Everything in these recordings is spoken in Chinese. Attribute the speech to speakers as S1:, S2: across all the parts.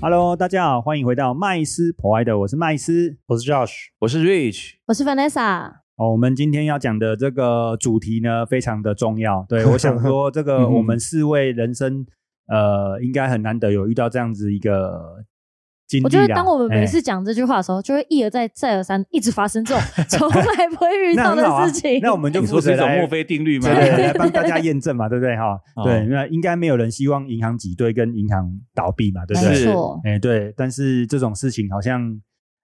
S1: Hello，大家好，欢迎回到麦斯 Provider，我是麦斯。
S2: 我是 Josh，
S3: 我是 Rich，
S4: 我是 Vanessa，
S1: 哦，我们今天要讲的这个主题呢，非常的重要。对，我想说，这个
S2: 嗯哼
S1: 我们四位人生，呃，应该很难得有遇到这样子一个经历啦。
S4: 我觉得当我们每
S1: 哎
S4: 次讲这句话的时候，就会一而再、再而三，一直发 生这种从来不会遇
S1: 那
S4: 到
S1: 很好
S4: 的
S1: 啊
S4: 事情。
S1: 那我们就
S3: 你
S1: 负
S3: 说
S1: 责
S3: 是一种
S1: 来
S3: 墨菲定律吗？
S1: 对对，对来帮大家验证嘛，对不对哈？
S3: 哦
S1: 对，那应该没有人希望银行挤兑跟银行倒闭嘛，对不
S4: 没
S1: 对？
S3: 是
S4: 错，
S1: 哎，对，但是这种事情好像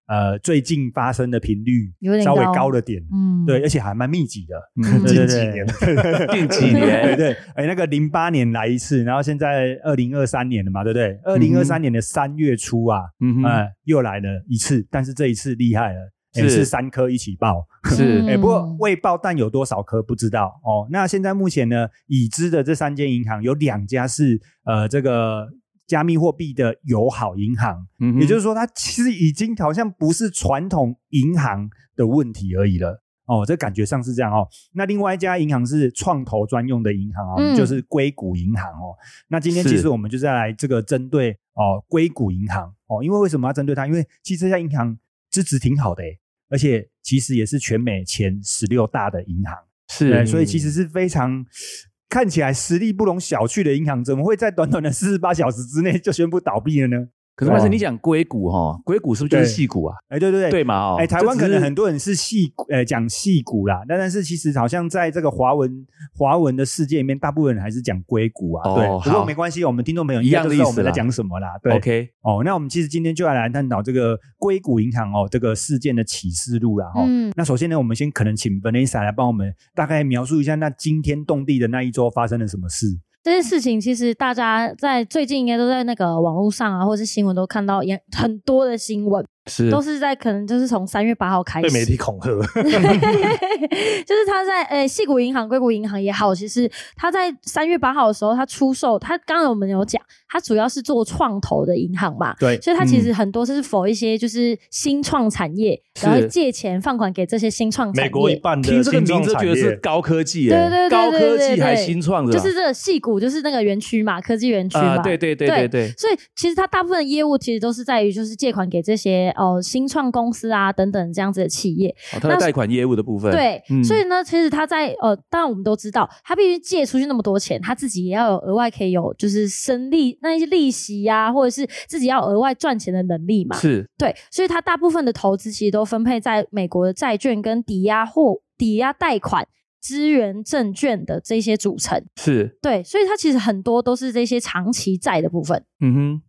S1: 呃最近发生的频率
S4: 有点
S1: 稍微
S4: 高
S1: 高了点，
S4: 嗯，
S1: 对，而且还蛮密集的，
S3: 嗯
S1: 对对
S2: 近
S1: 对
S2: 几
S3: 近
S2: 年
S3: 几
S1: 对
S3: 年
S1: 对，哎，那个零八年来一次，然后现在二零二三年了嘛，对不对？二零二三年的三月初啊，
S3: 嗯哼，
S1: 哎，又来了一次，但是这一次厉害了，哎，
S3: 是
S1: 是三颗一起爆，
S3: 是
S4: 嗯
S1: 哎、不过未爆弹有多少颗不知道哦。那现在目前呢，已知的这三间银行有两家是呃这个加密货币的友好银行，
S3: 嗯哼
S1: 也就是说，它其实已经好像不是传统银行的问题而已了。哦，这感觉上是这样哦。那另外一家银行是创投专用的银行哦，
S4: 嗯
S1: 就是硅谷银行哦。那今天其
S3: 是
S1: 实我们就是要来这个针对哦硅谷银行哦，因为为什么要针对它？因为其实这家银行资质挺好的诶，而且其实也是全美前十六大的银行，对，
S3: 是嗯
S1: 所以其实是非常。看起来实力不容小觑的银行，怎么会在短短的四十八小时之内就宣布倒闭了呢？
S3: 可是但是你讲硅谷哈，硅谷是不是就是戏骨啊？
S1: 哦哎，对对对，
S3: 对嘛哦，
S1: 哎，台湾
S3: 这
S1: 可
S3: 只是
S1: 能很多人是戏呃讲戏骨啦，但但是其实好像在这个华文华文的世界里面，大部分人还是讲硅谷啊。
S3: 哦
S1: 对，不过
S3: 好
S1: 没关系，我们听众朋友
S3: 一
S1: 应该
S3: 样
S1: 都
S3: 的
S1: 知道
S3: 意
S1: 我
S3: 思
S1: 们在
S3: 啦
S1: 讲什么啦。对
S3: OK，
S1: 哦，那我们其实今天就要来探讨这个硅谷银行哦这个事件的启示录啦。哦，
S4: 嗯，
S1: 那首先呢，我们先可能请 Vanessa 来帮我们大概描述一下那惊天动地的那一周发生了什么事。
S4: 这件事情其实大家在最近应该都在那个网络上啊，或是新闻都看到也很多的新闻，
S3: 是
S4: 都是在可能就是从三月八号开
S2: 被
S4: 始，
S2: 媒体恐吓，
S4: 就是他在呃，细谷银行、硅谷银行也好，其实他在三月八号的时候，他出售，他刚才我们有讲，他主要是做创投的银行嘛，
S1: 对
S4: 所以他其
S3: 嗯
S4: 实很多是否一些就是新创产业，然后
S3: 是
S4: 借钱放款给这些新创产业，
S2: 美国一半的
S3: 听这个
S2: 新
S3: 名
S2: 创
S3: 字
S2: 产
S3: 觉得是
S2: 业，
S3: 高科技，
S4: 对
S3: 哎
S4: 对对对
S3: 高科
S4: 对对
S3: 技
S4: 对
S3: 还新创的
S4: 就
S3: 吧，
S4: 是这个细谷，就是那个园区嘛，科技园区嘛，
S3: 啊，对对对
S4: 对
S3: 对对，
S4: 所以其实它大部分的业务其实都是在于就是借款给这些呃新创公司啊等等这样子的企业，
S3: 哦它的
S4: 那
S3: 贷款业务的部分，
S4: 对，
S3: 嗯
S4: 所以呢，其实他在呃，当然我们都知道，他必须借出去那么多钱，他自己也要有额外可以有就是生利那一些利息呀、或者是自己要有额外赚钱的能力嘛。
S3: 是
S4: 对，所以他大部分的投资其实都分配在美国的债券跟抵押货、抵押贷款、资源证券的这些组成。
S3: 是，
S4: 对，所以它其实很多都是这些长期债的部分。
S3: 嗯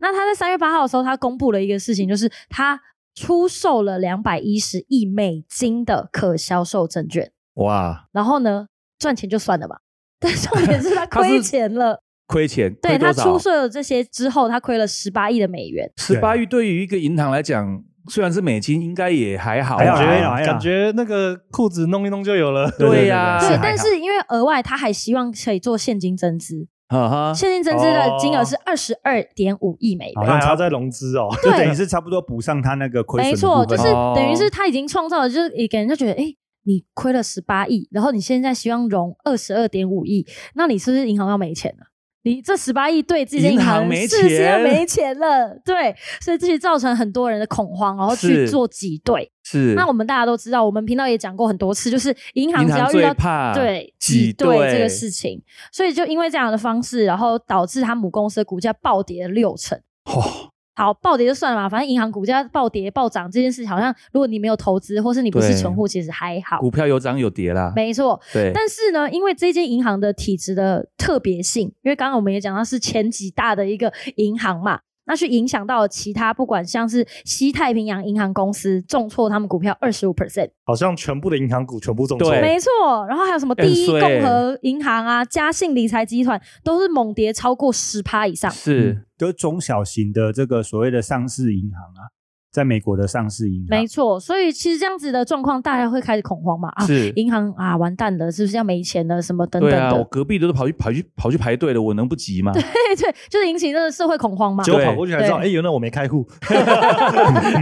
S4: 那他在三月八号的时候，他公布了一个事情，就是他出售了两百一十亿美金的可销售证券。
S3: 哼，哇，
S4: 然后呢，赚钱就算了吧。但重点是他 亏钱了，
S3: 亏钱，
S4: 对
S3: 亏多
S4: 他
S3: 少
S4: 出售了这些之后，他亏了十八亿的美元。
S3: 十八亿对于一个银行来讲，虽然是美金，应该也还好吧，
S1: 还
S3: 啊
S1: 好
S2: 感
S1: 还
S2: 觉
S1: 好还好
S2: 感觉那个裤子弄一弄就有了。
S3: 对呀
S1: 是
S4: 对
S1: 还，
S4: 但
S1: 好
S4: 是因为额外他还希望可以做现金增资，
S3: 哈哈，
S4: 现金增资的
S3: 哦
S4: 金额是二十二点五亿美元。
S1: 好
S2: 还
S1: 像
S2: 要
S1: 差
S2: 再融资哦，
S1: 就
S4: 对
S1: 等于是差不多补上他那个亏损
S4: 没
S1: 的部分。
S4: 错，就是
S3: 哦
S4: 等于是他已经创造了，就是也给人家觉得，哎、你亏了十八亿，然后你现在希望融二十二点五亿，那你是不是银行要没钱了？你这十八亿对自己的
S3: 银行
S4: 行
S3: 没
S4: 是不是要
S3: 钱
S4: 没钱了？对，所以这些造成很多人的恐慌，然后去
S3: 是
S4: 做挤兑。
S3: 是
S4: 那我们大家都知道，我们频道也讲过很多次，就是银行
S3: 银
S4: 只
S3: 行
S4: 要遇
S3: 最
S4: 到
S3: 怕
S4: 对
S3: 挤
S4: 兑
S3: 兑
S4: 这个事情，所以就因为这样的方式，然后导致他母公司的股价暴跌了六成。
S3: 哦，
S4: 好，暴跌就算了嘛，反正银行股价暴跌暴涨这件事，好像如果你没有投资或是你不是
S3: 对
S4: 存户，其实还好。
S3: 股票有涨有跌啦，
S4: 没错，
S3: 对，
S4: 但是呢，因为这间银行的体质的特别性，因为刚刚我们也讲到是前几大的一个银行嘛，那去影响到了其他，不管像是西太平洋银行公司重挫他们股票二十五 percent，
S2: 好像全部的银行股全部中
S3: 对
S2: 错。
S4: 没错，然后还有什么第一
S3: 很衰欸
S4: 共和银行啊、嘉信理财集团都是猛跌超过十趴以上，
S3: 是
S1: 就是中小型的这个所谓的上市银行啊，在美国的上市银行，
S4: 没错，所以其实这样子的状况，大家会开始恐慌嘛啊，
S3: 是，
S4: 银行啊，完蛋了，是不是要没钱了？什么等等
S3: 对
S4: 的，
S3: 啊，我隔壁都是跑去跑去跑去排队的，我能不急吗？
S4: 对对，就是引起这个社会恐慌嘛。
S2: 结果跑过去才知道，
S4: 对
S2: 哎，原来我没开户，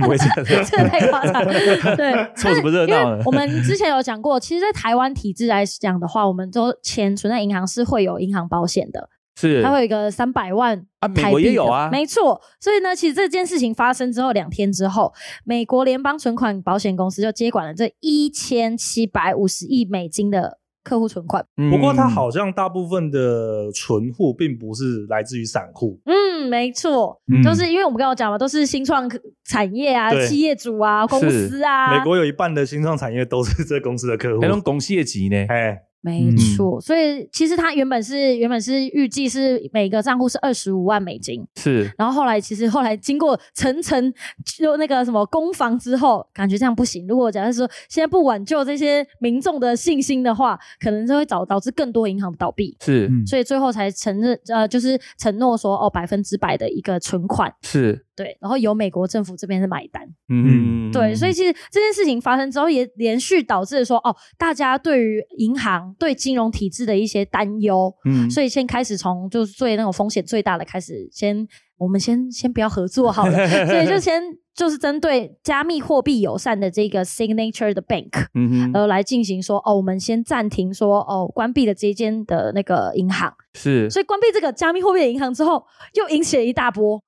S3: 不会这 样，
S4: 这个太夸张，对，
S3: 凑什么 热
S4: 因
S3: 闹
S4: 为
S3: 呢？
S4: 我们之前有讲过，其实，在台湾体制来讲的话，我们都钱存在银行是会有银行保险的，
S3: 是
S4: 它会有一个三百万
S3: 啊美
S4: 台
S3: 国
S4: 币
S3: 也
S4: 的
S3: 有啊
S4: 没错。所以呢，其实这件事情发生之后两天之后，美国联邦存款保险公司就接管了这一千七百五十亿美金的客户存款。
S3: 嗯
S2: 不过它好像大部分的存户并不是来自于散户，
S4: 嗯，没错，
S3: 嗯
S4: 就是因为我们刚刚讲嘛，都是新创产业啊、
S2: 对
S4: 企业主啊、公司啊，
S2: 美国有一半的新创产业都是这公司的客户
S3: 那。种公司的钱呢，
S2: 哎，
S4: 没错。所以其实它原本是原本是预计是每个账户是二十五万美金，
S3: 是
S4: 然后后来其实后来经过层层就那个什么攻防之后，感觉这样不行。如果假设说现在不挽救这些民众的信心的话，可能就会导导致更多银行倒闭。
S3: 是
S1: 嗯
S4: 所以最后才承认，呃，就是承诺说，哦，百分之百的一个存款，
S3: 是，
S4: 对，然后由美国政府这边是买单，
S3: 嗯，
S4: 对，所以其实这件事情发生之后，也连续导致说，哦，大家对于银行、对金融体制的一些担忧，
S3: 嗯
S4: 所以先开始从就是最那种风险最大的开始，先我们先先不要合作 好了，所以就先就是针对加密货币友善的这个 Signature 的 Bank，
S3: 嗯哼
S4: 呃，来进行说哦，我们先暂停说哦，关闭了这间的那个银行，
S3: 是，
S4: 所以关闭这个加密货币的银行之后，又引起了一大波，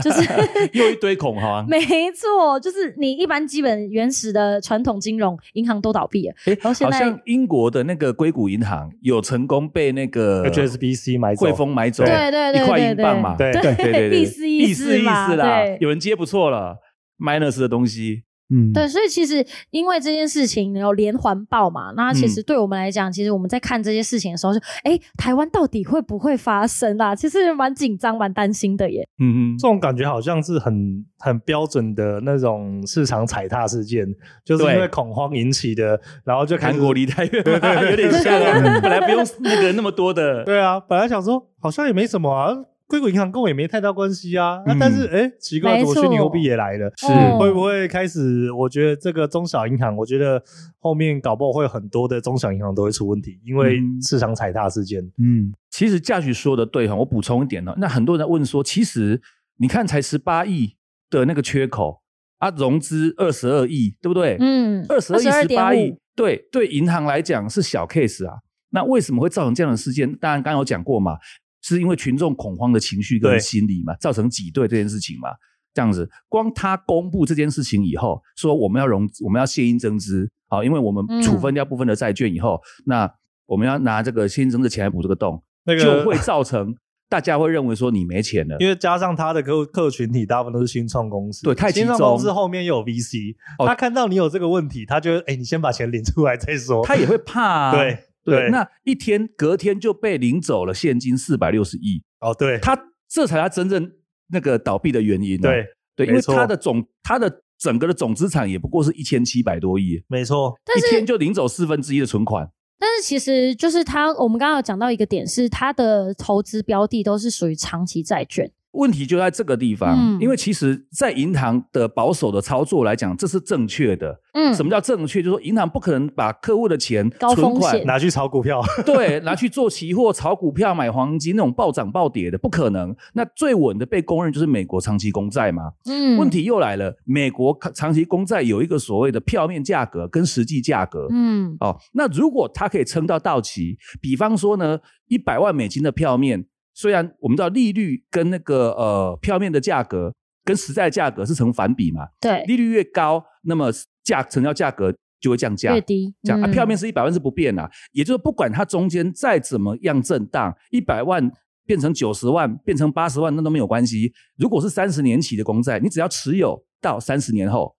S4: 就是
S3: 又一堆恐慌。
S4: 没错，就是你一般基本原始的传统金融银行都倒闭了，
S3: 诶
S4: 然后现
S3: 好
S4: 在
S3: 像英国的那个硅谷银行有成功被那个
S2: HSBC 买走
S3: 汇丰买走，
S4: 对对对
S3: 一块
S4: 对
S3: 英
S4: 对
S3: 镑嘛，
S2: 对
S3: 对对对，对
S4: 意思意
S3: 意
S4: 思
S3: 思意
S4: 嘛
S3: 思啦
S4: 对，
S3: 有人接不错了，minus 的东西，
S1: 嗯，
S4: 对，所以其实因为这件事情有连环爆嘛，那其
S3: 嗯
S4: 实对我们来讲，其实我们在看这些事情的时候就，哎，台湾到底会不会发生啊？其实蛮紧张、蛮担心的耶。
S3: 嗯
S2: 这种感觉好像是很很标准的那种市场踩踏事件，就是
S3: 对
S2: 因为恐慌引起的，然后就
S3: 韩
S2: 开始
S3: 国离太远了，有点像啊，本来不用那个那么多的，
S2: 对啊，本来想说好像也没什么啊，硅谷银行跟我也没太大关系啊，那、
S3: 嗯
S2: 但是哎、诶奇怪，
S4: 没
S2: 怎
S4: 错
S2: 么虚拟货币也来了？
S3: 是
S4: 哦
S2: 会不会开始？我觉得这个中小银行，我觉得后面搞不好会有很多的中小银行都会出问题，因为
S1: 嗯
S2: 市场踩踏事件。
S1: 嗯
S3: 其实价许说的对哈，我补充一点哦。那很多人在问说，其实你看才十八亿的那个缺口啊，融资二十二亿，对不对？
S4: 嗯，
S3: 二十二亿、十八
S4: 22.5
S3: 亿，对对，银行来讲是小 case 啊。那为什么会造成这样的事件？当然，刚刚有讲过嘛，是因为群众恐慌的情绪跟
S2: 对
S3: 心理嘛，造成挤兑这件事情嘛。这样子，光他公布这件事情以后，说我们要融，我们要现金增资，好，因为我们
S4: 嗯
S3: 处分掉部分的债券以后，那我们要拿这个现金增资的钱来补这个洞，
S2: 那个
S3: 就会造成大家会认为说你没钱了。
S2: 因为加上他的客户客群体大部分都是新创公司，
S3: 对太集
S2: 新
S3: 中
S2: 创公司后面又有 VC，、
S3: 哦
S2: 他看到你有这个问题，他就哎、诶你先把钱领出来再说。
S3: 他也会怕、啊，
S2: 对对
S3: 那一天隔天就被领走了现金四百六十亿，
S2: 哦，对
S3: 他这才是他真正那个倒闭的原因、啊。
S2: 对，
S3: 对，因为
S2: 没错
S3: 他的总他的整个的总资产也不过是一千七百多亿，
S2: 没错，
S4: 但
S3: 一天
S4: 是
S3: 就领走四分之一的存款。
S4: 但是其实就是他，我们刚刚有讲到一个点是，他的投资标的都是属于长期债券。
S3: 问题就在这个地方，
S4: 嗯
S3: 因为其实，在银行的保守的操作来讲，这是正确的。
S4: 嗯
S3: 什么叫正确？就是说，银行不可能把客户的钱、
S4: 高
S3: 存
S4: 风
S3: 款
S4: 险
S2: 拿去炒股票，
S3: 对，拿去做期货、 炒股票、买黄金那种暴涨暴跌的，不可能。那最稳的被公认就是美国长期公债嘛。
S4: 嗯
S3: 问题又来了，美国长期公债有一个所谓的票面价格跟实际价格。
S4: 嗯
S3: 哦，那如果它可以撑到到期，比方说呢，一百万美金的票面，虽然我们知道利率跟那个呃票面的价格跟实在价格是成反比嘛，
S4: 对
S3: 利率越高，那么价成交价格就会降价
S4: 越。低
S3: 讲啊，
S4: 嗯
S3: 票面是一百万是不变啦、也就是不管它中间再怎么样震荡，一百万变成九十万，变成八十万，那都没有关系。如果是三十年期的公债，你只要持有到三十年后，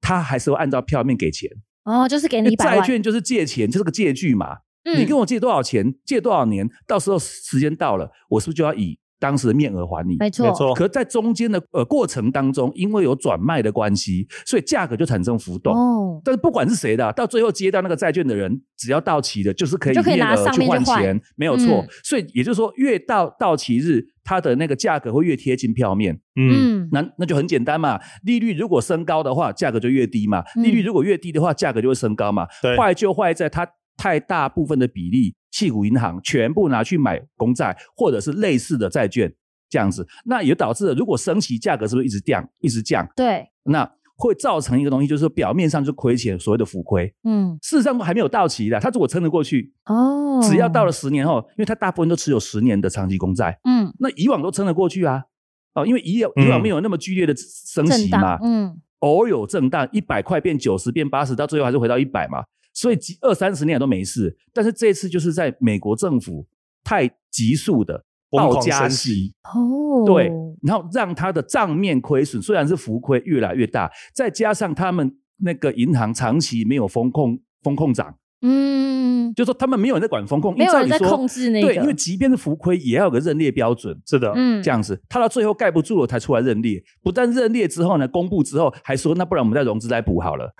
S3: 它还是会按照票面给钱。
S4: 哦，就是给
S3: 因
S4: 你
S3: 为
S4: 一百
S3: 债
S4: 万，
S3: 券就是借钱，就是个借据嘛。
S4: 嗯
S3: 你跟我借多少钱，借多少年，到时候时间到了，我是不是就要以当时的面额还你？
S4: 没错哦
S2: 没错
S3: 可是在中间的呃过程当中，因为有转卖的关系，所以价格就产生浮动。
S4: 哦，
S3: 但是不管是谁的啊、到最后接到那个债券的人，只要到期的，就是可以
S4: 就可以
S3: 面
S4: 拿
S3: 额
S4: 上
S3: 去
S4: 面
S3: 换
S4: 去换
S3: 钱，没有错。
S4: 嗯
S3: 所以也就是说，越到到期日，它的那个价格会越贴近票面。
S2: 嗯，
S4: 嗯
S3: 那那就很简单嘛，利率如果升高的话，价格就越低嘛；
S4: 嗯
S3: 利率如果越低的话，价格就会升高嘛。
S2: 对
S3: 坏就坏在它太大部分的比例，系股银行全部拿去买公债或者是类似的债券，这样子，那也导致了如果升息，价格是不是一直降，一直降？
S4: 对，
S3: 那会造成一个东西，就是说表面上就亏钱，所谓的浮亏，
S4: 嗯，
S3: 事实上还没有到期的。他如果撑得过去，
S4: 哦，
S3: 只要到了，十年后，因为他大部分都持有十年的长期公债，
S4: 嗯，
S3: 那以往都撑得过去啊。哦，因为以往以往
S2: 嗯
S3: 没有那么剧烈的升
S4: 震
S3: 息嘛
S4: 荡，，嗯，
S3: 偶尔有震荡，一百块变九十变八十，到最后还是回到一百嘛。所以几二三十年都没事，但是这一次就是在美国政府太急速的
S2: 疯
S3: 暴
S2: 狂
S3: 加
S2: 升
S3: 息
S2: 息，
S4: 哦，
S3: 对，然后让它的账面亏损虽然是浮亏越来越大，再加上他们那个银行长期没有风控风控长，
S4: 嗯，
S3: 就说他们没有人在管风控，
S4: 没有
S3: 因
S4: 人
S3: 为
S4: 在
S3: 照理说
S4: 控制那个，
S3: 对，因为即便是浮亏，也要有个认列标准。
S2: 是的，
S4: 嗯
S3: 这样子，他到最后盖不住了才出来认列，不但认列之后呢，公布之后还说，那不然我们再融资再补好 了。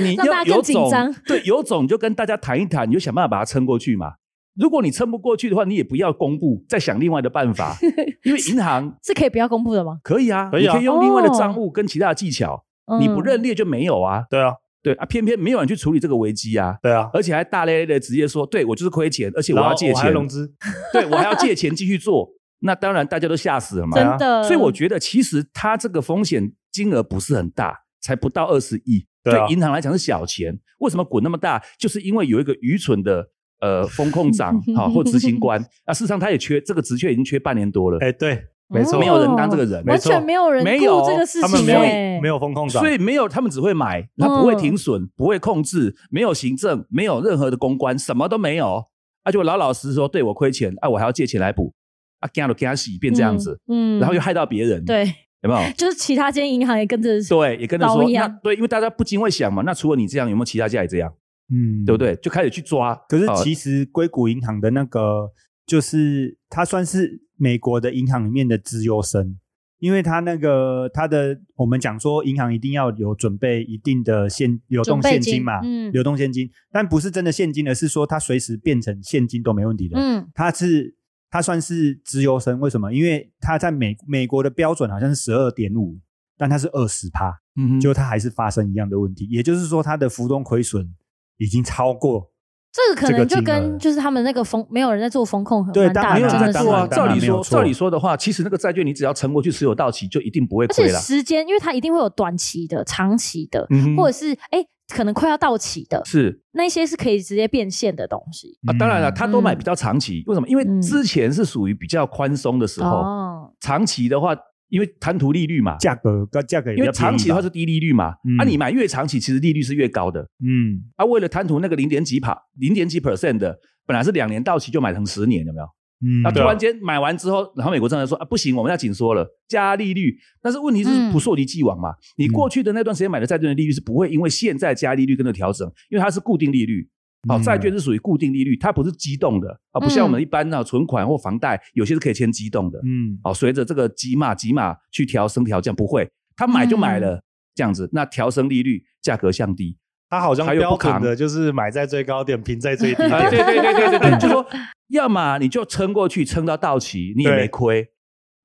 S3: 你
S4: 让大
S3: 要
S4: 家
S3: 有
S4: 更紧
S3: 种
S4: 张，
S3: 对，有种就跟大家谈一谈，你就想办法把它撑过去嘛。如果你撑不过去的话，你也不要公布，再想另外的办 法，因为银行
S4: 是可以不要公布的吗？
S3: 可以啊，
S2: 可以啊哦
S3: 你可以用另外的账务跟其他的技巧，你不
S4: 嗯
S3: 认列就没有啊。
S2: 对啊，
S3: 对啊，偏偏没有人去处理这个危机啊，
S2: 对啊，
S3: 而且还大咧咧的直接说，对我就是亏钱，而且我
S2: 然后
S3: 要借
S2: 我还
S3: 钱，
S2: 融资，
S3: 对我还要借钱继续做。那当然大家都吓死了嘛。
S4: 真的，
S3: 啊所以我觉得其实它这个风险金额不是很大，才不到二十亿，
S2: 对啊
S3: 银行来讲是小钱。为什么滚那么大？就是因为有一个愚蠢的呃风控长 好、或执行官啊，事实上他也缺这个职缺已经缺半年多了。
S2: 哎，对，没错，
S3: 没有人当这个人
S4: 哦完
S2: 没错
S4: 全没有人
S3: 没有
S4: 顾这个事
S2: 他们
S4: 情、
S2: 没有
S4: 欸，
S2: 没有风控长
S3: 所，以没有，他们只会买，他不会停损，
S4: 嗯
S3: 不会控制，没有行政，没有任何的公关，什么都没有。啊，就老老实实说，对我亏钱，啊，我还要借钱来补，啊，干了干洗变这样子，
S4: 嗯，嗯
S3: 然后又害到别人，，
S4: 对，
S3: 有没有？
S4: 就是其他间银行也跟着，
S3: 对，也跟着
S4: 老
S3: 说，那
S4: 一样
S3: 对，因为大家不禁会想嘛，那除了你这样，有没有其他家也这样，
S1: 嗯，
S3: 对不？对？就开始去抓。
S1: 可是
S3: 呃
S1: 其实硅谷银行的那个，就是它算是美国的银行里面的资优生，因为它那个它的我们讲说银行一定要有准备一定的现流动现金嘛，
S4: 准备金嗯
S1: 流动现金，但不是真的现金，而是说它随时变成现金都没问题的。
S4: 嗯
S1: 它是它算是资优生，为什么？因为它在美美国的标准好像是十二点五，但它是二十趴，
S3: 嗯
S1: 就它还是发生一样的问题，也就是说它的浮动亏损已经超过。
S4: 这个可能
S1: 这
S4: 就
S1: 个金额
S4: 跟就是他们那个风没有人在做风控很
S1: 对
S4: 蛮大
S1: 当
S3: 没
S4: 的，
S1: 然
S3: 有
S4: 真
S3: 人在
S4: 的
S3: 做啊。
S1: 当然当
S3: 照
S1: 然
S3: 理
S1: 没
S3: 说，
S1: 有错
S3: 照理说的话，其实那个债券你只要撑过去，持有到期就一定不会
S4: 而
S3: 亏
S4: 且
S3: 了。
S4: 时间，因为它一定会有短期的、长期的，
S2: 嗯
S4: 或
S2: 哼
S4: 者是哎、可能快要到期的，
S3: 是，
S4: 那些是可以直接变现的东西。
S3: 啊，当然了，
S1: 嗯
S3: 他都买比较长期，为什么？因为
S4: 嗯
S3: 之前是属于比较宽松的时候，
S4: 哦，
S3: 长期的话，因为谈图利率嘛，
S1: 价格跟价格也比
S3: 因为
S1: 较便宜
S3: 长期的话
S1: 吧
S3: 是低利率嘛，
S1: 嗯
S3: 啊，你买越长期，其实利率是越高的。
S1: 嗯
S3: 啊，为了贪图那个零点几帕、零点几 percent 的，本来是两年到期就买成十年，有没有？
S1: 嗯，
S3: 那突
S2: 对啊
S3: 然间买完之后，然后美国政府说啊，不行，我们要紧缩了，加利率。但是问题是
S4: 嗯
S3: 不溯及既往嘛，你过去的那段时间买的债券的利率是不会因为现在加利率跟着调整，因为它是固定利率。好、
S1: 嗯
S3: 债券是属于固定利率，它不是机动的啊，不像我们一般呢、存款或房贷有些是可以签机动的。
S1: 嗯
S3: 哦，随着这个几码几码去调升调降，不会，他买
S1: 嗯
S3: 就买了、这样子，那调升利率，价格降低。
S2: 他好像
S3: 还有
S2: 标
S3: 不扛
S2: 准的就是买在最高点，平在最低
S1: 哎
S3: 啊，
S2: 点，
S3: 对对对对对对，就说要么你就撑过去，撑到到期，你也没
S2: 对
S3: 亏，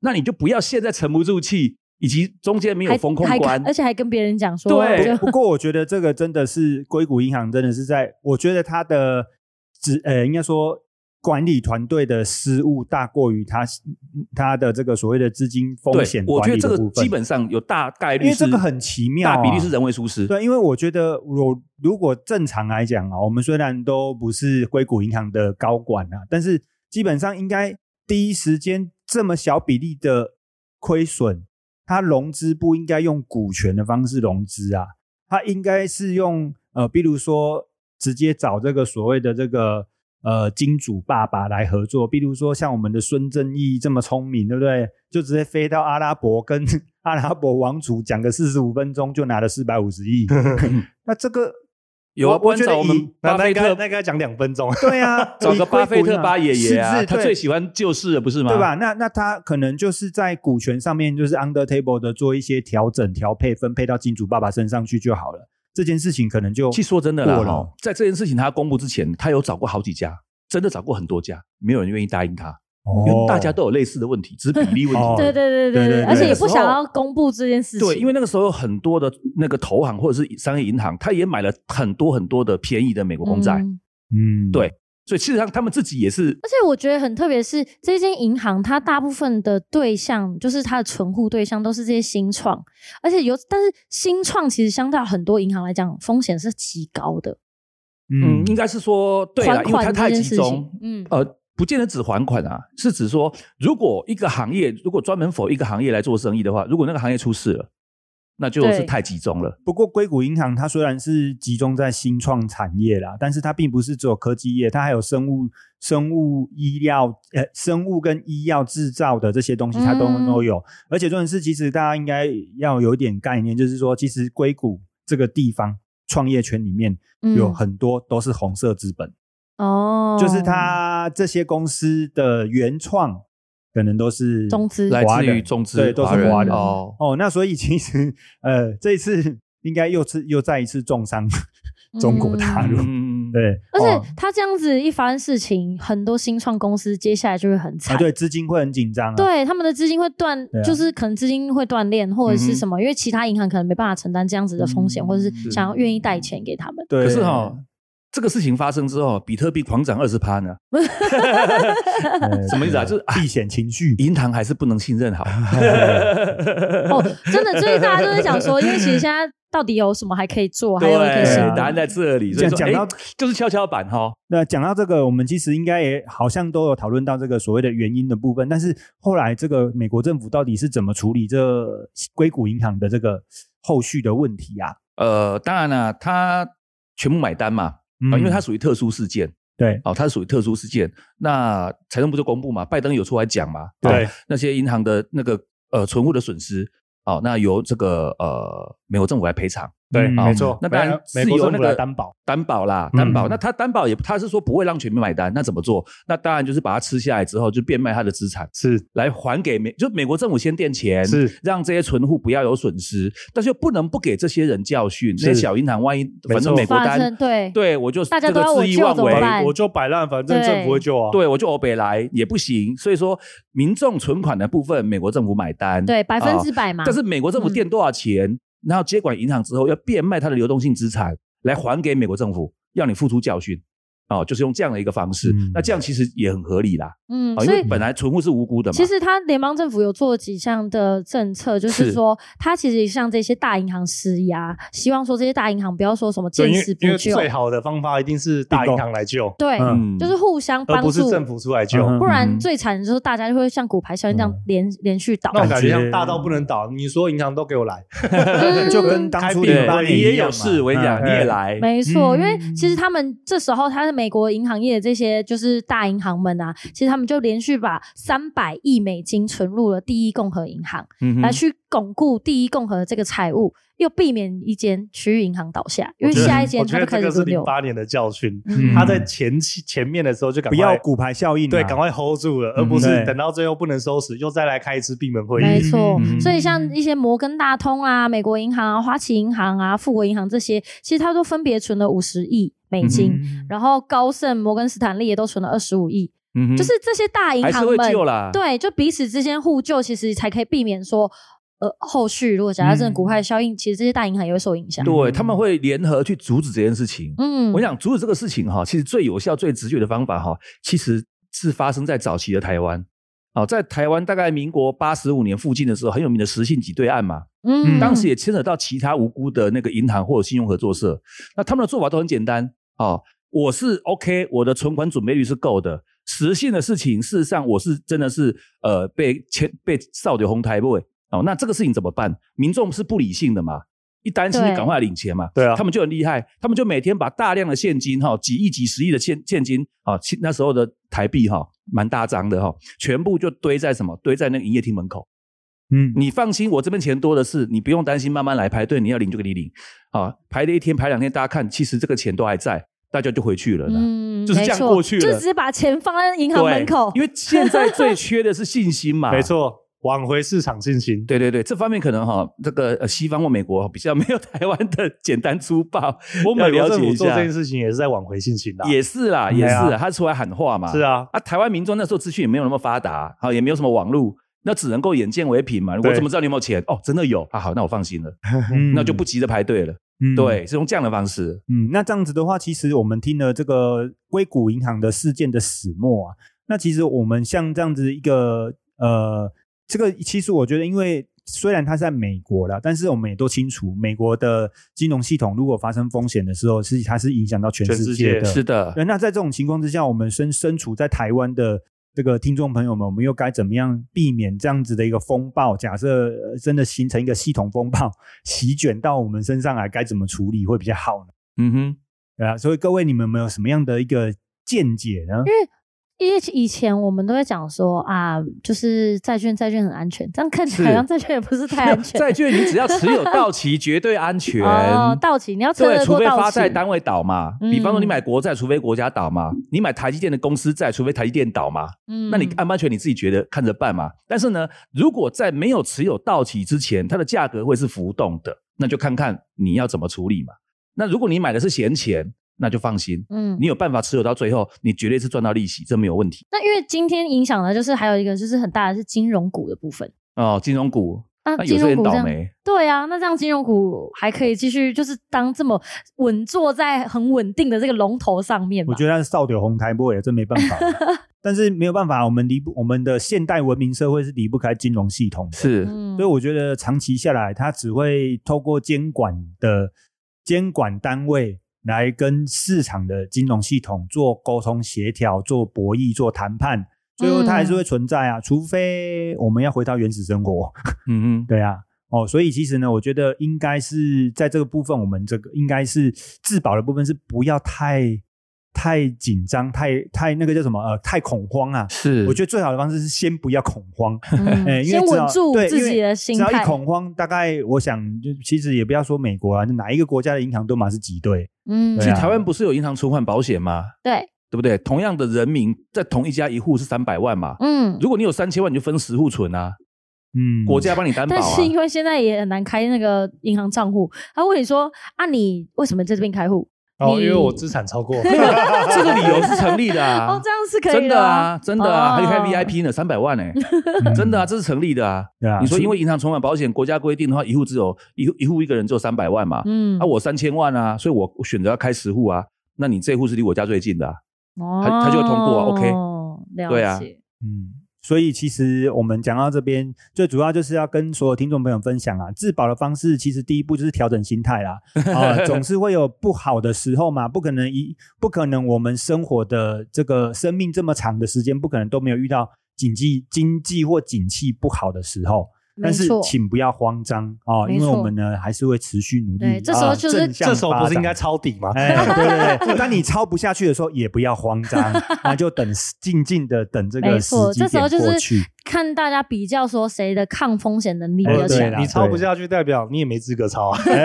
S3: 那你就不要现在沉不住气，以及中间没有
S4: 还
S3: 风控
S4: 还
S3: 关
S4: 而，且还跟别人讲说，
S3: 对哦
S4: 就
S1: 不过我觉得这个真的是硅谷银行，真的是在我觉得它的只呃，应该说管理团队的失误大过于它它的这个所谓的资金风
S3: 对
S1: 险，
S3: 我觉
S1: 管
S3: 得
S1: 理
S3: 这
S1: 的
S3: 个
S1: 部分
S3: 基本上有大概率
S1: 因为
S3: 是
S1: 这个很奇妙啊，
S3: 大比例是人为疏失，
S1: 对，因为我觉得我如果正常来讲啊，我们虽然都不是硅谷银行的高管啊，但是基本上应该第一时间这么小比例的亏损，它融资不应该用股权的方式融资啊，它应该是用呃，比如说直接找这个所谓的这个呃金主爸爸来合作，比如说像我们的孙正义这么聪明，对不对？就直接飞到阿拉伯跟 阿拉伯王储讲个四十五分钟，就拿了四百五十 亿。那这个
S3: 有啊，
S1: 我
S3: 不然
S1: 我觉得
S3: 找我们
S1: 以
S3: 巴
S2: 那那
S3: 菲
S2: 应该
S3: 特
S2: 那应该讲两分钟，
S1: 对啊，
S3: 找
S1: 以
S3: 个
S1: 硅
S3: 巴菲
S1: 谷
S3: 特
S1: 银
S3: 巴
S1: 行
S3: 爷爷
S1: 是不
S3: 啊，
S1: 是
S3: 他
S1: 对
S3: 最喜欢救市了，不是吗？
S1: 对吧？？那那他可能就是在股权上面，就是 under table 的做一些调整、调配、分配到金主爸爸身上去就好了。这件事情可能就
S3: 其实说真的啦，
S1: 过了
S3: 哦在这件事情他公布之前，他有找过好几家，真的找过很多家，没有人愿意答应他，因为大家都有类似的问题，只是比例问题。
S1: 哦
S4: 对对对
S1: 对对
S4: 对，
S1: 对
S4: 而且也
S3: 那
S4: 不
S3: 时候
S4: 想要公布这件事情，
S3: 对，因为那个时候有很多的那个投行或者是商业银行，他也买了很多很多的便宜的美国公债。
S4: 嗯
S1: 嗯
S3: 对所以事实上他们自己也是
S4: 而且我觉得很特别是，这间银行它大部分的对象就是它的存户对象都是这些新创，而且有但是新创其实相对很多银行来讲，风险是极高的。
S3: 嗯，应该是说对了，
S4: 还
S3: 因为
S4: 款
S3: 它
S4: 这
S3: 太
S4: 件
S3: 集
S4: 事
S3: 中
S4: 情，，嗯，
S3: 呃，不见得只还款啊，是指说，如果一个行业如果专门否一个行业来做生意的话，如果那个行业出事了，那就是
S4: 对
S3: 太集中了。
S1: 不过，硅谷银行它虽然是集中在新创产业啦，但是它并不是只有科技业，它还有生物、生物医药、呃，生物跟医药制造的这些东西，它都、
S4: 嗯
S1: 都有。而且重点是，其实大家应该要有一点概念，就是说，其实硅谷这个地方创业圈里面
S4: 嗯
S1: 有很多都是红色资本，
S4: 哦，
S1: 就是它这些公司的原创可能都是
S4: 中资
S3: 来
S1: 华
S3: 自
S1: 人
S3: 于中资
S1: 对，都
S3: 华
S1: 是
S3: 人
S1: 华人
S4: 嗯
S2: 哦，
S1: 哦，那所以其实呃，这一次应该又次又再一次重伤中国大陆。
S3: 嗯，
S1: 对
S4: 而
S3: 哦
S4: 且他这样子一发生事情，很多新创公司接下来就会很惨。
S1: 啊，对，资金会很紧张啊。
S4: 对他们的资金会断，
S1: 对啊
S4: 就是可能资金会断裂，或者是什么，因为其他银行可能没办法承担这样子的风险，
S1: 嗯
S4: 或者
S1: 是
S4: 是想要愿意贷钱给他们。
S1: 对，
S3: 可是哈、这个事情发生之后，比特币狂涨二十趴呢，
S1: 对，
S3: 什么意思啊？
S1: 对
S3: 就是
S1: 避险情绪。
S3: 银行还是不能信任好。
S4: 哦， 真的，所以大家都在讲说，因为其实现在到底有什么还可以做，还有可
S1: 信
S4: 以行
S1: 任
S3: 对，
S4: 动
S3: 答案在这里。所以
S1: 讲
S3: 说
S1: 讲到
S3: 哎就是跷跷板哈、
S1: 那讲到这个，我们其实应该也好像都有讨论到这个所谓的原因的部分，但是后来这个美国政府到底是怎么处理这硅谷银行的这个后续的问题啊？
S3: 呃，当然了、他全部买单嘛，啊、
S1: 嗯
S3: 因为它属于特殊事件。
S1: 对
S3: 哦，它属于特殊事件。那财政部就公布嘛，拜登有出来讲嘛，
S1: 对
S3: 哦那些银行的那个呃存户的损失，哦，那由这个呃美国政府来赔偿。
S2: 对，
S1: 嗯
S2: 没错，
S3: 那当然
S2: 美
S3: 是
S2: 国
S3: 由
S2: 政
S3: 那
S2: 府来
S3: 个
S2: 担保，
S3: 担保啦，
S1: 嗯
S3: 担保。那他担保也，他是说不会让全民买单，那怎么做？那当然就是把它吃下来之后，就变卖他的资产
S2: 是
S3: 来还给美，就美国政府先垫钱，
S2: 是
S3: 让这些存户不要有损失，但是又不能不给这些人教训。这些
S2: 是
S3: 小银行万一
S2: 没
S3: 反正
S2: 错
S3: 美国
S4: 发
S3: 单
S4: 生，对
S3: 对我就
S4: 大家
S3: 这个
S4: 都要我
S3: 恣意
S4: 救
S3: 妄
S4: 怎么
S3: 为，
S4: 办
S2: 我就摆烂，反正政府会救啊。
S3: 对，我就欧北来也不行。所以说，民众存款的部分，美国政府买单，
S4: 对，百分之
S3: 哦
S4: 百嘛。
S3: 但是美国政府
S4: 嗯
S3: 垫多少钱，然后接管银行之后，要变卖它的流动性资产来还给美国政府，要你付出教训。哦，就是用这样的一个方式，
S1: 嗯
S3: 那这样其实也很合理啦。
S4: 嗯，
S3: 啊、因
S4: 所
S3: 为
S4: 以
S3: 本来存户是无辜的嘛。
S4: 其实他联邦政府有做几项的政策，就是
S3: 是
S4: 说，他其实向这些大银行施压，希望说这些大银行不要说什么
S2: 对，
S4: 见
S2: 因
S4: 死
S2: 为因
S4: 不
S2: 为
S4: 救，
S2: 最好的方法一定是大银行来救，
S4: 对，
S1: 嗯
S4: 就是互相
S2: 而
S4: 帮
S2: 不是
S4: 助，
S2: 政府出来救。
S1: 嗯
S4: 不然
S3: 嗯
S4: 最惨的就是大家就会像骨牌效应这样
S1: 嗯
S4: 连连续倒。
S2: 那我感觉
S1: 感觉
S2: 像大到不能倒，你所有银行都给我来，
S4: 嗯
S1: 就跟当初
S2: 开闭
S1: 零
S2: 门
S1: 八
S3: 对，
S1: 年
S3: 你也
S1: 一样
S3: 有
S1: 嘛
S3: 事，我跟你讲，
S1: 嗯
S3: 你也来。
S4: 没错，
S1: 嗯
S4: 因为其实他们这时候，他的美国银行业的这些就是大银行们啊，其实他们就连续把三百亿美金存入了第一共和银行，
S3: 嗯哼
S4: 来去巩固第一共和这个财务，又避免一间区域银行倒下，因为
S2: 我觉得
S4: 下一间
S2: 我觉
S4: 它就
S2: 得
S4: 开
S2: 这
S4: 始
S2: 个是
S4: 轮
S2: 零
S4: 流。
S2: 八年的教训。
S1: 嗯
S2: 他在前期前面的时候就赶
S1: 不
S2: 快
S1: 要骨牌效应啊，
S2: 对，赶快 hold 住了，而不
S1: 嗯对
S2: 是等到最后不能收拾，又再来开一次闭门会
S4: 没
S2: 议。
S4: 错，
S1: 嗯
S4: 所以像一些摩根大通啊、美国银行啊、花旗银行啊、富国银行这些，其实它都分别存了五十亿美金，
S1: 嗯
S4: 然后高盛、摩根斯坦利也都存了二十五亿，
S3: 嗯哼
S4: 就是这些大银
S3: 还是
S4: 行
S3: 会
S4: 们
S3: 救啦。
S4: 对，啊就彼此之间互救，其实才可以避免说，呃，后续如果假设真的股票效应，其实这些大银行也会受影响。
S3: 嗯
S1: 嗯
S3: 对，他们会联合去阻止这件事情。
S4: 嗯，
S3: 我想阻止这个事情哈，其实最有效、最直觉的方法哈，其实是发生在早期的台湾。哦，在台湾大概民国八十五年附近的时候，很有名的石信挤兑案嘛，
S4: 嗯，
S3: 当时也牵扯到其他无辜的那个银行或者信用合作社。那他们的做法都很简单哦，我是 OK，我的存款准备率是够的。实信的事情，事实上我是真的是呃被牵被少流红台 boy 哦，那这个事情怎么办？民众是不理性的嘛，一担心
S4: 对
S3: 就赶快来领钱嘛。
S2: 对啊
S3: 他，们就很厉害，他们就每天把大量的现金哈、几亿、几十亿的现现金啊，其那时候的台币哈、蛮大张的哈、全部就堆在什么？堆在那个营业厅门口。
S1: 嗯
S3: 你放心，我这边钱多的是，你不用担心，慢慢来排队，你要领就给你领啊。排了一天，排两天，大家看，其实这个钱都还在，大家就回去了啦。
S4: 嗯，
S3: 就是这样
S4: 没错
S3: 过去了
S4: 就只是把钱放在银
S3: 对
S4: 行门口，
S3: 因为现在最缺的是信心嘛。
S2: 没错，挽回市场信心。
S3: 对对对，这方面可能哈、这个呃西方或美国比较没有台湾的 简单粗暴，
S2: 我
S3: 要
S2: 美国
S3: 了
S2: 政
S3: 解
S2: 府
S3: 一
S2: 做这
S3: 下
S2: 件。事情也是在挽回信心的，
S3: 也是啦，
S2: 嗯
S3: 也是
S2: 对
S3: 啦，
S2: 啊
S3: 他出来喊话嘛。
S2: 是啊，
S3: 啊，台湾民众那时候资讯也没有那么发达，好，也没有什么网络，那只能够眼见为凭嘛。我
S2: 对
S3: 怎么知道你有没有钱？哦，真的有啊，好，那我放心了，
S1: 嗯
S3: 那就不急着排队了。
S1: 嗯，
S3: 对，是用这样的方式。
S1: 嗯，那这样子的话，其实我们听了这个硅谷银行的事件的始末啊，那其实我们像这样子一个呃，这个其实我觉得，因为虽然它是在美国啦，但是我们也都清楚，美国的金融系统如果发生风险的时候，是它是影响到全
S2: 全
S1: 世
S2: 世
S1: 界
S2: 界
S1: 的。
S3: 是的，
S1: 对，那在这种情况之下，我们身身处在台湾的这个听众朋友们，我们又该怎么样避免这样子的一个风暴？假设呃真的形成一个系统风暴， 席卷到我们身上来，该怎么处理会比较好呢？
S3: 嗯哼，
S1: 对啊，所以各位你们有没有什么样的一个见解
S4: 嗯
S1: 呢？
S4: 因为以前我们都会讲说啊，就是债券债券很安全，这样看起
S3: 是
S4: 来好像债券也不 是太安全。
S3: 债券你只要持有到期，绝对安全。
S4: 哦，到期你要测
S3: 对，
S4: 得
S3: 除
S4: 过
S3: 非
S4: 到
S3: 发
S4: 期
S3: 债。单位倒嘛，
S4: 嗯
S3: 比方说你买国债，除非国家倒嘛；你买台积电的公司债，除非台积电倒嘛。
S4: 嗯
S3: 那你安不安全你自己觉得看着办嘛。但是呢，如果在没有持有到期之前，它的价格会是浮动的，那就看看你要怎么处理嘛。那如果你买的是闲钱，那就放心，
S4: 嗯
S3: 你有办法持有到最后，你绝对是赚到利息，这没有问题
S4: 那因为今天影响的就是还有一个就是很大的是金融股的部分。
S3: 哦。金融股，
S4: 那
S3: 那有
S4: 金
S3: 些
S4: 融
S3: 人
S4: 股这
S3: 倒
S4: 样，
S3: 霉，
S4: 对啊，那这样金融股还可以继续就是当这么稳坐在很稳定的这个龙头上面吧。
S1: 我觉得他是少柳红台波也真没办 法，但是没有办法，我们离不我们的现代文明社会是离不开金融系统的，
S3: 是
S4: 嗯
S1: 所以我觉得长期下来，它只会透过监管的监管单位来跟市场的金融系统做沟通协调、做博弈、做谈判，最后它还是会存在
S4: 嗯
S1: 啊，除非我们要回到原始生活。
S3: 嗯嗯，
S1: 对啊，哦，所以其实呢，我觉得应该是在这个部分，我们这个应该是自保的部分是不要太太紧张、太太那个叫什么呃，太恐慌啊。
S3: 是
S1: 我觉得最好的方式是先不要恐慌，
S4: 嗯
S1: 哎、因为
S4: 先
S1: 只
S4: 稳
S1: 要
S4: 住
S1: 对
S4: 自己
S1: 因为
S4: 的心
S1: 只要
S4: 态
S1: 一。恐慌，大概我想就其实也不要说美国啊，哪一个国家的银行都满是挤兑。
S4: 嗯，
S1: 对
S3: 其
S1: 啊
S3: 实台湾不是有银行存款保险吗？
S4: 对，
S3: 对不对？同样的人民在同一家一户是三百万嘛，
S4: 嗯。
S3: 如果你有三千万，你就分十户存啊，
S1: 嗯，
S3: 国家帮你担保
S4: 但
S3: 啊。
S4: 是因为现在也很难开那个银行账户，他问你说啊，你为什么在这边开户？
S2: 哦，因为我
S4: 你
S2: 资产超过，
S3: 这个理由是成立的啊
S4: 哦，，这样是可以
S3: 真的啊，真的啊，
S4: 哦
S3: 还有开 VIP 呢，三百万哎，
S1: 嗯
S3: 真的啊，，这是成立的啊。
S1: 对啊，
S3: 你说因
S1: 为
S3: 为银行存款保险国家规定的话，一户只有一户一户一个人只有三百万嘛，
S4: 嗯，
S3: 啊，我三千万啊，所以我我选择要开十户啊，那你这户是离我家最近的啊，
S4: 他
S3: 他他就会通过啊，OK
S4: 哦了
S3: 对啊
S4: 解
S1: 嗯。所以其实我们讲到这边，最主要就是要跟所有听众朋友分享啊，自保的方式其实第一步就是调整心态 啦。啊、总是会有不好的时候嘛，不可能一不可能我们生活的这个生命这么长的时间，不可能都没有遇到经济经济或景气不好的时候。
S4: 没
S1: 但是
S4: 错
S1: 请不要慌张哦，因
S4: 没
S1: 为
S4: 错
S1: 我们呢还是会持续努力。
S4: 对这时候
S1: 啊
S4: 就是
S1: 正向
S2: 这时候不
S1: 发
S2: 是应该
S1: 展
S2: 抄底吗？
S1: 哎，对对对，当你抄不下去的时候，也不要慌张，那就等静静的等这
S4: 没
S1: 个时
S4: 错，
S1: 机
S4: 这时
S1: 点
S4: 候就
S1: 过
S4: 是
S1: 去。
S4: 看大家比较说谁的抗风险能力比
S1: 哎
S4: 较
S1: 对
S4: 强
S1: 啦。
S2: 你抄不下去，代表你也没资格抄啊，跟你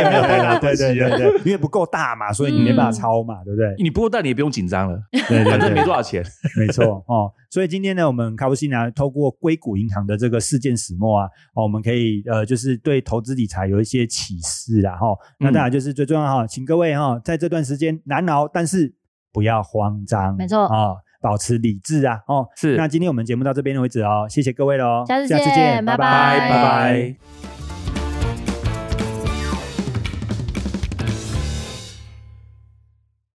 S2: 也没有太大
S1: 对
S2: 关系
S1: 对
S2: 啊。
S1: 对对，因为不够大嘛，所以你没办法
S4: 嗯
S1: 抄嘛，对不 对？
S3: 你不过但你也不用紧张了，
S1: 对对
S3: 反正
S1: 对
S3: 没多少钱。
S1: 没错哦，所以今天呢，我们卡布西呢，透过硅谷银行的这个事件始末啊，哦，我们可以呃，就是对投资理财有一些启示啦哈、那当然就是最重要哈、请各位哈、在这段时间难熬，但是不要慌张，
S4: 没错
S1: 啊、保持理智啊哦。
S3: 是
S1: 那今天我们节目到这边为止哦，谢谢各位喽，
S4: 下次
S1: 下次
S4: 见
S1: 见，
S4: 拜
S1: 拜
S3: 拜
S1: 拜
S3: 拜。